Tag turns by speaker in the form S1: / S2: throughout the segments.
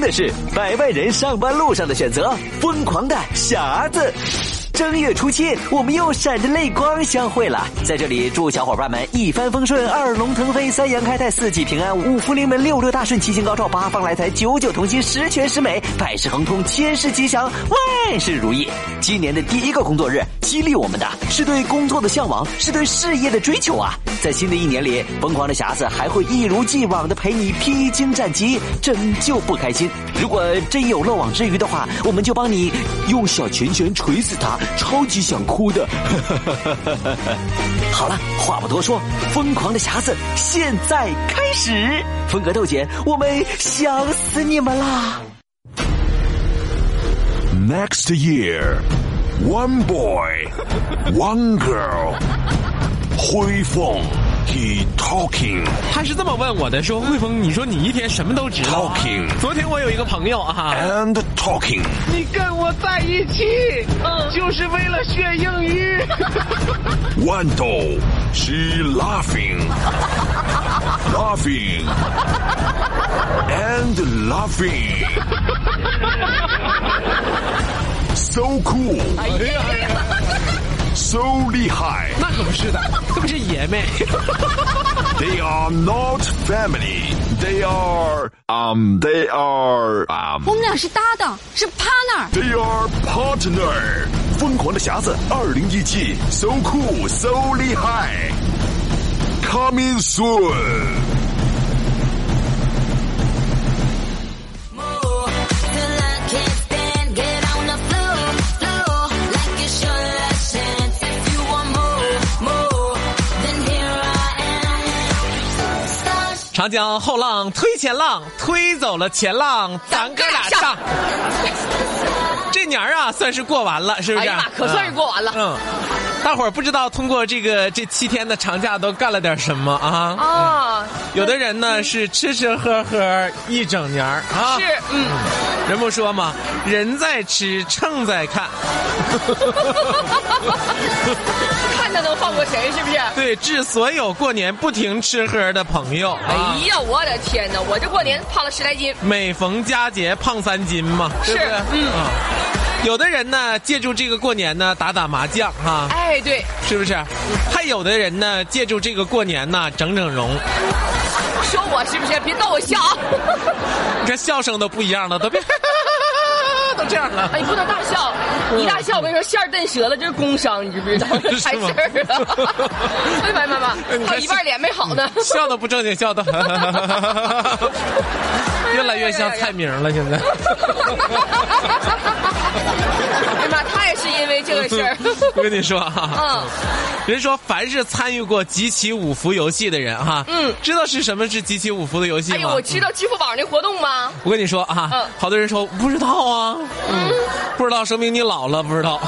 S1: 的是百万人上班路上的选择，疯狂的匣子。正月初七，我们又闪着泪光相会了。在这里，祝小伙伴们一帆风顺，二龙腾飞，三阳开泰，四季平安，五福临门，六六大顺，七星高照，八方来财，九九同心，十全十美，百事亨通，千事吉祥，万事如意。今年的第一个工作日，激励我们的是对工作的向往，是对事业的追求啊！在新的一年里，疯狂的匣子还会一如既往的陪你披荆斩棘，拯救不开心。如果真有漏网之鱼的话，我们就帮你用小拳拳捶死他。超级想哭的， 好了，话不多说，疯狂的匣子现在开始。风格豆姐，我们想死你们啦
S2: ！Next year, one boy, one girl. 辉凤，he talking。
S3: 他是这么问我的，说辉凤，你说你一天什么都知道、
S2: 啊。Talking。
S3: 昨天我有一个朋友啊
S2: ，and talking。
S4: 你跟我在一起，嗯，就是为了学英语。
S2: Wando, she laughing, laughing, and laughing. So cool. 哎呀！So 厉害，
S3: 那可不是的，他们是爷们。
S2: They are not family, they are um, they are um.
S5: 我们俩是搭档，是 partner.
S2: They are partner. 疯狂的匣子，二零一七，so cool, so 厉害，coming soon.
S3: 长江后浪推前浪，推走了前浪，咱哥俩上。 这年儿啊，算是过完了，是不是？哎
S6: 呀，可算是过完了。嗯，
S3: 大伙儿不知道通过这个这七天的长假都干了点什么啊？
S6: 哦，
S3: 有的人呢是吃吃喝喝一整年儿
S6: 啊。是，嗯。
S3: 人不说嘛，人在吃，秤在看。
S6: 看他能放过谁，是不是？
S3: 对，致所有过年不停吃喝的朋友。啊
S6: 哎呀，我的天哪！我这过年胖了十来斤。
S3: 每逢佳节胖三斤嘛，
S6: 是嗯。
S3: 有的人呢，借助这个过年呢，打打麻将哈、啊。
S6: 哎，对，
S3: 是不是？还有的人呢，借助这个过年呢，整整容。
S6: 说我是不是？别逗我笑 啊！
S3: 你看笑声都不一样了，都别。 都这样了，
S6: 哎，你不能大笑，
S3: 嗯
S6: 一大笑我跟你说馅儿震折了，这是工伤，你知不知道？ 差事儿啊！哎呀妈妈，还有一半脸没好呢，
S3: 笑的不正经，笑的 越来越像蔡明了，现在。
S6: 哎妈，他也是因为这个 事儿。
S3: 我跟你说啊，嗯，人说凡是参与过集齐五福游戏的人哈，嗯，知道是什么是集齐五福的游戏吗？哎
S6: 呦，我知道支付宝那活动吗？
S3: 我跟你说啊，
S6: 嗯
S3: 好多人说不知道啊，嗯，不知道说明你老了，不知 道，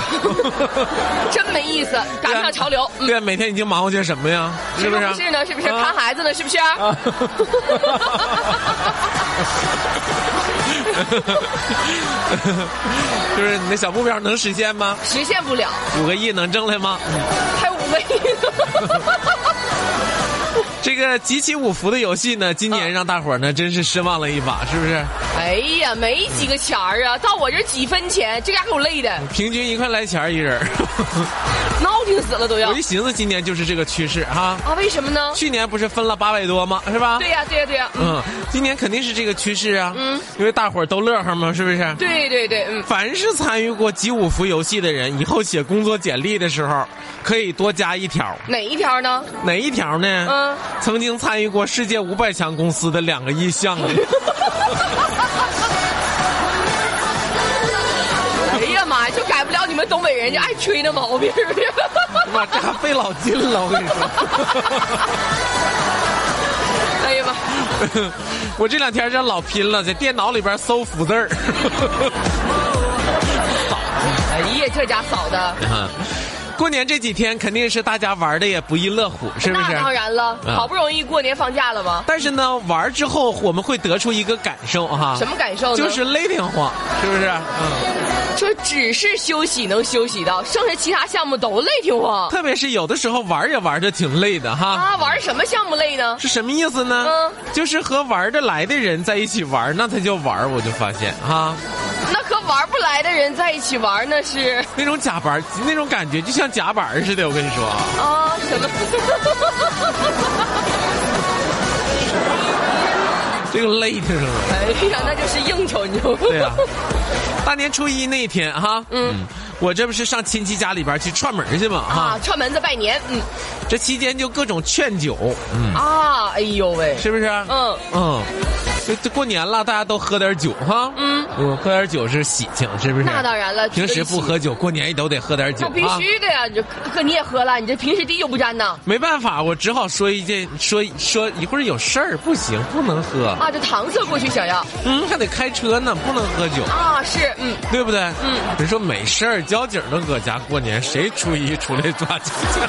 S6: 真没意思，赶不上潮流。嗯
S3: 对，每天已经忙活些什么呀？是啊不是？
S6: 是呢，是不是看孩子呢？是不是？
S3: 就是你的小目标能实现吗？
S6: 实现不了。
S3: 五个亿能挣来吗？
S6: 还五 个亿。
S3: 这个集齐五福的游戏呢，今年让大伙儿呢真是失望了一把，是不是？
S6: 哎呀，没几个钱儿啊，到我这几分钱，这家给我累的。
S3: 平均一块来钱一人，
S6: 闹挺死了都要。
S3: 我一寻思，今年就是这个趋势哈。
S6: 啊，为什么呢？
S3: 去年不是分了八百多吗？是吧？
S6: 对呀、啊，对呀、啊，对呀、啊。嗯，
S3: 今年肯定是这个趋势啊。嗯，因为大伙儿都乐呵嘛，是不是？
S6: 对对对，嗯。
S3: 凡是参与过集五福游戏的人，以后写工作简历的时候，可以多加一条。
S6: 哪一条呢？
S3: 哪一条呢？嗯。曾经参与过世界五百强公司的两个亿 项目。
S6: 哎呀妈呀，就改不了你们东北人就爱吹那毛病。
S3: 妈，这还费老劲了，我跟你
S6: 说。 哎呀妈！
S3: 我这两天这老拼了，在电脑里边搜福字 儿。
S6: 哎呀，这家扫的。
S3: 过年这几天肯定是大家玩的也不亦乐乎，是不
S6: 那
S3: 是？
S6: 当然了，
S3: 啊
S6: 好不容易过年放假了嘛，
S3: 但是呢，玩儿之后我们会得出一个感受哈、
S6: 什么感
S3: 啊
S6: 受呢？
S3: 就是累得慌，是不是？嗯，
S6: 就只是休息能休息到，剩下其他项目都累挺慌
S3: 特别是有的时候玩儿也玩的挺累的哈。
S6: 啊！玩什么项目累呢？
S3: 是什么意思呢？
S6: 嗯
S3: 就是和玩得来的人在一起玩，那才叫玩。我就发现啊，
S6: 那和玩不来的人在一起玩那是
S3: 那种假板，那种感觉就像夹板似的。我跟你说啊，
S6: 啊什么？
S3: 这个累的是吧？
S6: 哎呀，那就是应酬，你知道吗？
S3: 对呀、啊大年初一那一天哈，嗯，我这不是上亲戚家里边去串门去嘛哈、
S6: 啊，串门子拜年，嗯
S3: 这期间就各种劝酒，嗯，
S6: 啊，哎呦喂，
S3: 是不是？
S6: 嗯
S3: 嗯，这这过年了，大家都喝点酒哈，
S6: 嗯
S3: 嗯，喝点酒是喜庆，是不是？
S6: 那当然了
S3: 平时不喝酒，过年也都得喝点酒
S6: 那必
S3: 啊。
S6: 须的呀！你这哥你也喝了，你这平时滴又不沾呐
S3: 没办法，我只好说一件，说说一会儿有事儿，不行，不能喝，
S6: 啊，这搪塞过去想要
S3: 嗯，还得开车呢，不能喝酒，
S6: 啊，是 嗯，
S3: 对不对？嗯，人说没事儿，交警都搁家过年，谁初一出来抓酒去？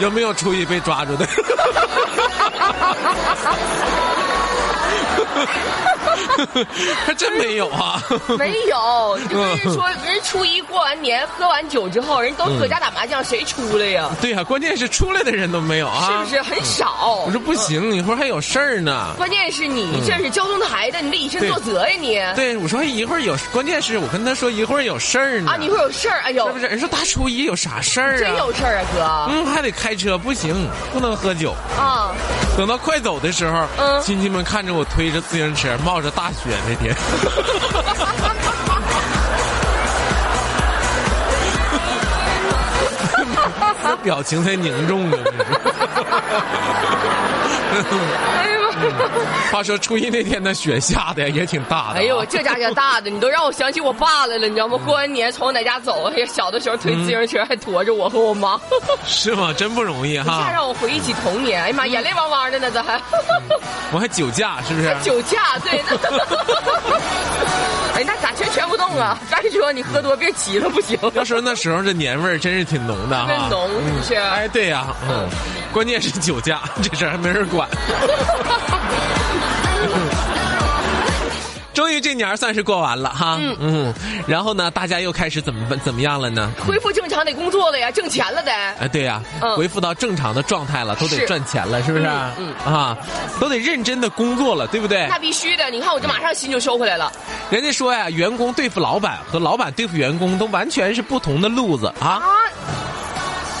S3: 有没有初一被抓住的？还真没有啊！
S6: 没有，就跟人说，人初一过完年喝完酒之后，人都搁家打麻将，谁出来呀？
S3: 对呀、关键是出来的人都没有啊！
S6: 是不是很少
S3: 我？说不行，一会儿还有事儿呢。
S6: 关键是你这是交通台的，你得以身作则呀你！啊，
S3: 对，我说一会儿有，关键是我跟他说一会儿有事儿呢。
S6: 你会有事儿，哎呦
S3: 是，不是？人说大初一有啥事儿啊？
S6: 真有事儿啊哥
S3: 嗯，还得开车，不行，不能喝酒。嗯
S6: 啊！
S3: 等到快走的时候，
S6: 嗯
S3: 亲戚们看着我推着自行车，冒着大雪那 天，那表情才凝重呢。这是
S6: 哎呦，
S3: 话说初一那天的雪下的也挺大的、啊
S6: 哎呦，，这家家大的，你都让我想起我爸来了，你知道
S3: 嗯
S6: 吗？过完年从我奶家走，哎呀，小的时候推自行车还驮着我和我妈，
S3: 是吗？真不容易
S6: 一下
S3: 哈！
S6: 让我回忆起童年，哎
S3: 嗯
S6: 呀妈，眼泪汪汪的呢，这还
S3: 我还酒驾，是不是？
S6: 酒驾，对。 哎，那咋全全不动啊？再说你喝多别骑了，不行。
S3: 要说那时候这年味儿真嗯是挺浓的哈，
S6: 特别浓啊是不是
S3: 嗯哎，对呀、嗯，关键是酒驾 这事儿还没人 管。终于这年儿算是过完了哈，嗯然后呢，大家又开始怎么怎么样了呢？
S6: 恢复正常得工作了呀，挣钱了得。
S3: 哎，对呀、
S6: 嗯
S3: 恢复到正常的状态了，都得
S6: 是
S3: 赚钱了，是不是？
S6: 嗯
S3: 啊，都得认真的工作了，对不对？
S6: 那必须的，你看我这马上心就收回来了
S3: 人家说呀，员工对付老板和老板对付员工都完全是不同的路子啊
S6: 啊。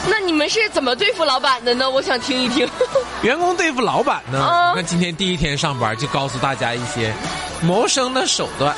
S6: 那你们是怎么对付老板的呢？我想听一听。
S3: 员工对付老板呢？
S6: 啊
S3: 那今天第一天上班就告诉大家一些谋生的手段。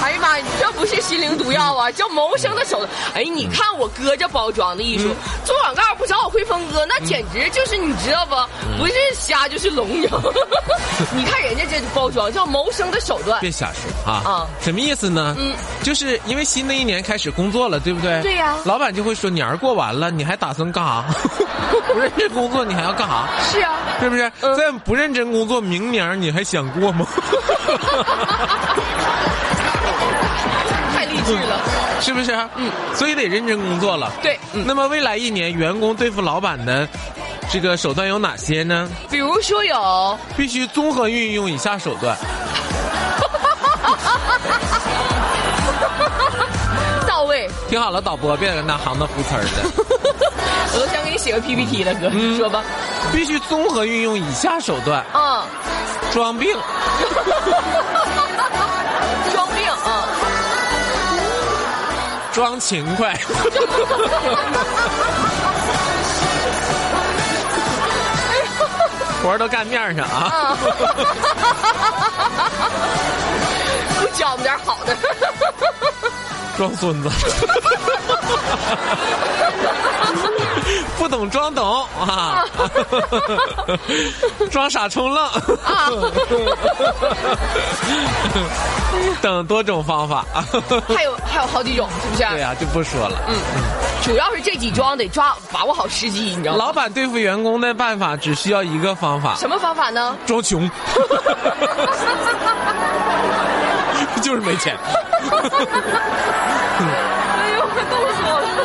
S6: 哎呀妈，呀，你这不是心灵毒 药啊，叫谋生的手段。哎，你看我哥这包装的艺术，
S3: 嗯
S6: 做广告不找我汇丰哥，那简直就是你知道不？
S3: 嗯
S6: 不是瞎就是聋，你知道吗？ 你看人家这包装叫谋生的手段。
S3: 别瞎说啊！
S6: 啊
S3: 什么意思呢？
S6: 嗯，
S3: 就是因为新的一年开始工作了，对不对？
S6: 对呀
S3: 老板就会说：“年儿过完了，你还打算干啥？ 不认真工作，你还要干啥？
S6: 是啊，
S3: 是不是？
S6: 嗯
S3: 再不认真工作，明年儿你还想过吗？
S6: 太励志了。
S3: 是不是？嗯，所以得认真工作了。
S6: 对，嗯，
S3: 那么未来一年，员工对付老板的这个手段有哪些呢？
S6: 比如说有。
S3: 必须综合运用以下手段。
S6: 到位，
S3: 听好了，导播，别跟那行当胡词儿 的，
S6: 我都想给你写个 PPT 了，哥，
S3: 嗯
S6: 你说吧。
S3: 必须综合运用以下手段：
S6: 啊、
S3: 装病、
S6: 装病啊、
S3: 装勤 快、活儿都干面上啊，
S6: 不教我们点好 的。
S3: 装孙子，不懂装懂啊， 装傻充愣， 等多种方法 啊。
S6: 还有还有好几种，是不是？啊
S3: 对呀、啊就不说了。
S6: 主要是这几桩得抓把握好时机，你知道吗？
S3: 老板对付员工的办法只需要一个方法，
S6: 什么方法呢？
S3: 装 穷，就是没钱。
S6: 哎呦，快冻死我了！嗯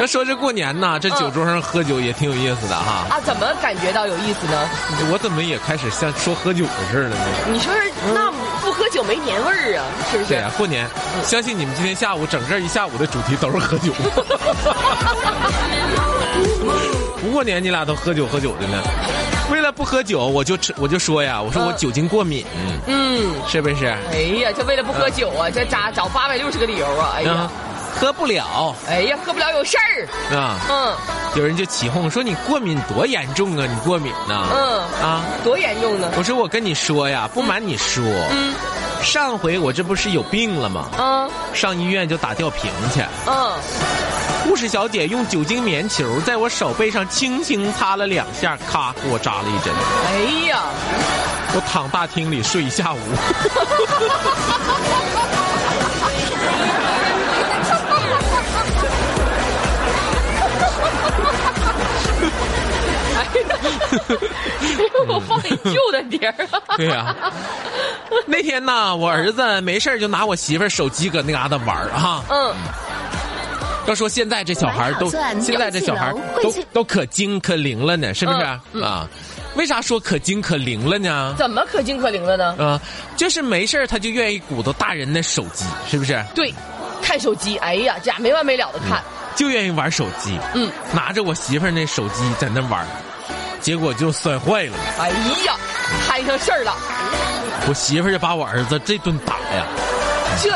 S3: 要说这过年呐，这酒桌上喝酒也挺有意思的哈。
S6: 啊，怎么感觉到有意思呢？
S3: 我怎么也开始像说喝酒的事儿了呢？
S6: 你说是那不喝酒没年味儿啊，是不
S3: 对
S6: 是
S3: 呀、？过年，相信你们今天下午整个一下午的主题都是喝酒。 不过年你俩都喝酒喝酒的呢。为了不喝酒，我就吃我就说呀，我说我
S6: 嗯
S3: 酒精过敏，
S6: 嗯，
S3: 是不是？
S6: 哎呀，这为了不喝酒啊，这咋找八百六十个理由啊？哎
S3: 嗯
S6: 呀，，
S3: 喝不了
S6: 哎呀，喝不了有事儿。
S3: 啊。
S6: 嗯
S3: 有人就起哄说你过敏多严重啊，你过敏呐？
S6: 嗯，
S3: 啊，
S6: 多严重呢？
S3: 我说我跟你说呀，不瞒你说，
S6: 嗯
S3: 上回我这不是有病了吗？
S6: 嗯
S3: 上医院就打吊瓶去，
S6: 嗯，
S3: 护士小姐用酒精棉球在我手背上轻轻擦了两下，咔给我扎了一针，
S6: 哎呀，
S3: 我躺大厅里睡一下午。
S6: 哎呀， 我放你旧的碟儿。
S3: 嗯 对呀、那天呢，我儿子没事儿就拿我媳妇儿手机搁那嘎达玩儿哈。
S6: 嗯，
S3: 要说现在这小孩儿都，
S5: 买
S6: 啊
S5: 好钻
S3: 现在这小孩儿
S5: 游
S3: 都
S5: 戏楼会去
S3: 都可精可灵了呢，是不是、
S6: 嗯嗯
S3: 啊？为啥说可精可灵了呢？
S6: 怎么可精可灵了呢？
S3: 啊，就是没事儿他就愿意鼓捣大人的手机，是不是？
S6: 对，看手机，哎呀，这没完没了的看。
S3: 就愿意玩手机，
S6: 嗯，
S3: 拿着我媳妇儿那手机在那玩儿，结果就摔坏了，
S6: 哎呀，摊上事儿了，
S3: 我媳妇儿就把我儿子这顿打呀，
S6: 这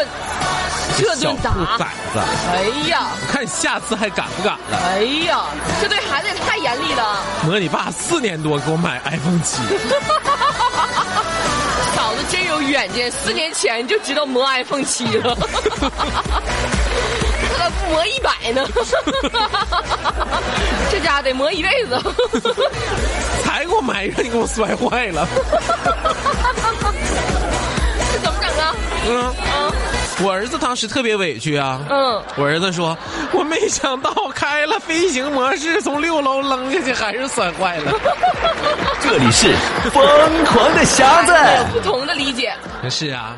S6: 这
S3: 小
S6: 顿
S3: 兔崽
S6: 打，
S3: 子，
S6: 哎呀，
S3: 看下次还敢不敢了？
S6: 哎呀，这对孩子也太严厉了。
S3: 模拟爸四年多给我买 iPhone 七，
S6: 嫂子真有远见，四年前就知道磨 iPhone 七了， 这咋不磨一百呢？ 这家得磨一辈子。
S3: 才给我买让你给我摔坏了，
S6: 这怎么整啊？
S3: 嗯。
S6: 啊，
S3: 我儿子当时特别委屈啊，
S6: 嗯，
S3: 我儿子说，我没想到开了飞行模式，从六楼扔下去还是摔坏 了。
S1: 这里是疯狂的匣子。
S6: 有不同的理解。
S3: 是啊。